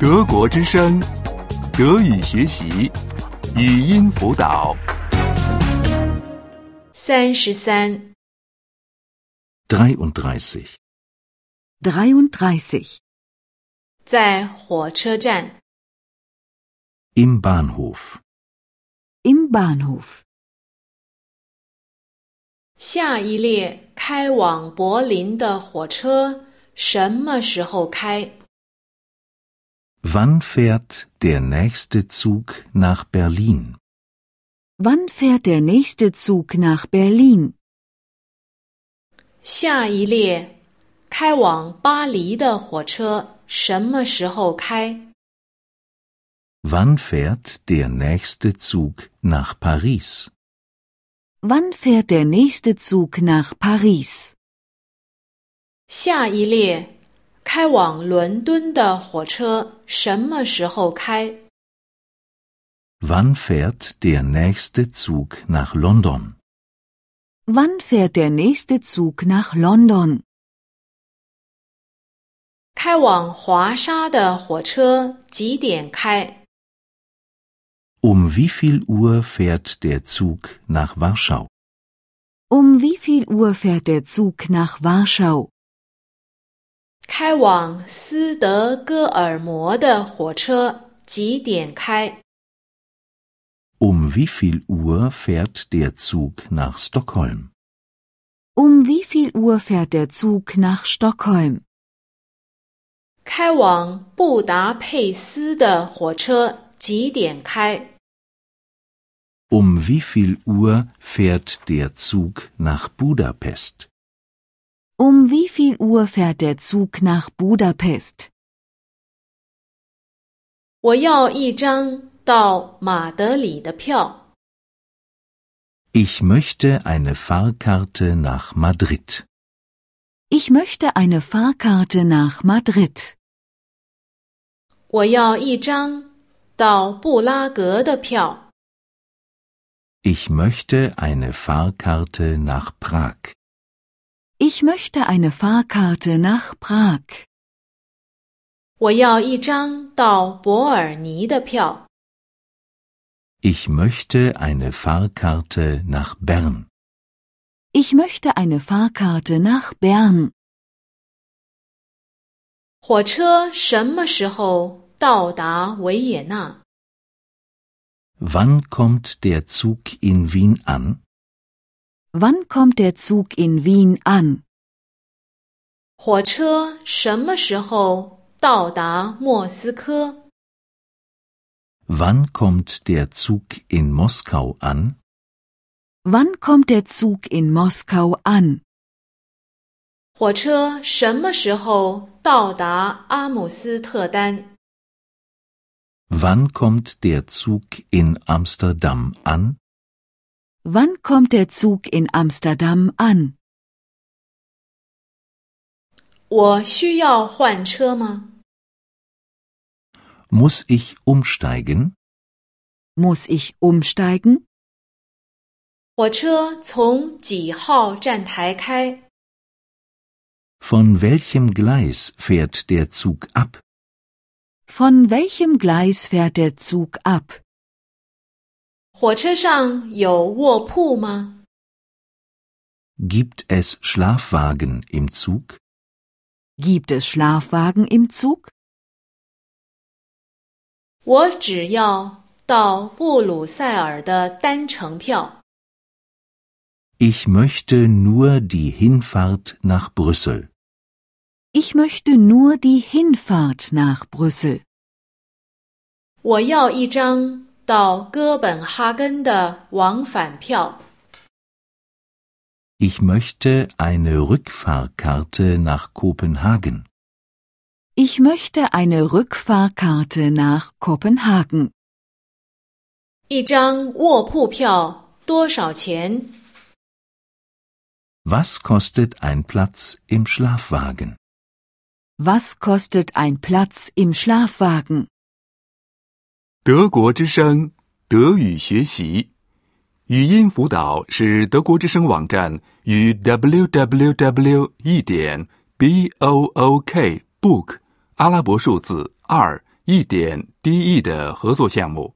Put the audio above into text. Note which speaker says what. Speaker 1: 德国之声，德语学习，语音辅导。
Speaker 2: 三十三，
Speaker 3: 33.
Speaker 4: 33.
Speaker 2: 在火车站，
Speaker 3: Im Bahnhof.
Speaker 4: Im Bahnhof.
Speaker 2: 下一列开往柏林的火车什么时候开？
Speaker 3: Wann fährt der nächste Zug nach Berlin?
Speaker 4: Wann fährt der nächste Zug nach Berlin?
Speaker 2: 下一列开往巴黎的火车什么时候开？
Speaker 3: Wann fährt der nächste Zug nach Paris?
Speaker 4: Wann fährt der nächste Zug nach Paris?
Speaker 2: 下一列开往伦敦的火车什么时候开？
Speaker 3: Wann fährt der nächste Zug nach London?
Speaker 4: Wann fährt der nächste Zug nach London?
Speaker 2: 开往华沙的火车几点开？
Speaker 3: Um wie viel Uhr fährt der Zug nach Warschau?
Speaker 4: Um wie viel Uhr fährt der Zug nach Warschau?
Speaker 2: 开往斯德哥尔摩的火车几点开？
Speaker 3: Um wie viel Uhr fährt der Zug nach Stockholm?
Speaker 4: Um wie viel Uhr fährt der Zug nach Stockholm?
Speaker 2: 开往布达佩斯的火车几点开？
Speaker 3: Um wie viel Uhr fährt der Zug nach Budapest?
Speaker 4: Um wie viel Uhr fährt der Zug nach Budapest?
Speaker 2: 我要一张到马德里的票。
Speaker 3: Ich möchte eine Fahrkarte nach Madrid.
Speaker 4: Ich möchte eine Fahrkarte nach Madrid.
Speaker 2: 我要一张到布拉格的票。
Speaker 3: Ich möchte eine Fahrkarte nach Prag.
Speaker 4: Ich möchte eine Fahrkarte nach Prag.
Speaker 2: 我要一张到伯尔尼的票。
Speaker 3: Ich möchte eine Fahrkarte nach Bern.
Speaker 4: Ich möchte eine Fahrkarte nach Bern.
Speaker 2: 火车什么时候到达维也纳？
Speaker 3: Wann kommt der Zug in Wien an?
Speaker 4: Wann kommt der Zug in Wien an?
Speaker 2: 火车什么时候到达莫斯科？
Speaker 3: Wann kommt der Zug in Moskau an?
Speaker 4: Wann kommt der Zug in Moskau an?
Speaker 2: 火车什么时候到达阿姆斯特丹？
Speaker 3: Wann kommt der Zug in Amsterdam an?
Speaker 4: Wann kommt der Zug in Amsterdam an?
Speaker 2: 我需要换车吗？
Speaker 3: Muss ich umsteigen?
Speaker 4: Muss ich umsteigen?
Speaker 2: 火车从几号站台开？
Speaker 3: Von welchem Gleis fährt der Zug ab?
Speaker 4: Von welchem Gleis fährt der Zug ab?
Speaker 2: 火车上有卧铺吗？
Speaker 3: Gibt es Schlafwagen im Zug?
Speaker 4: Gibt es Schlafwagen im Zug?
Speaker 2: 我只要到布鲁塞尔的单程票。
Speaker 3: Ich möchte nur die Hinfahrt nach Brüssel.
Speaker 4: Ich möchte nur die Hinfahrt nach Brüssel.
Speaker 2: 我要一张到哥本哈根的往返票。
Speaker 3: Ich möchte eine Rückfahrkarte nach Kopenhagen.
Speaker 4: Ich möchte eine Rückfahrkarte nach Kopenhagen.
Speaker 2: 一张卧铺票多少钱？
Speaker 3: Was kostet ein Platz im Schlafwagen?
Speaker 4: Was kostet ein Platz im Schlafwagen?
Speaker 1: 德国之声，德语学习，语音辅导是德国之声网站与 www. 一点 b o o k book 阿拉伯数字二一点低译的合作项目。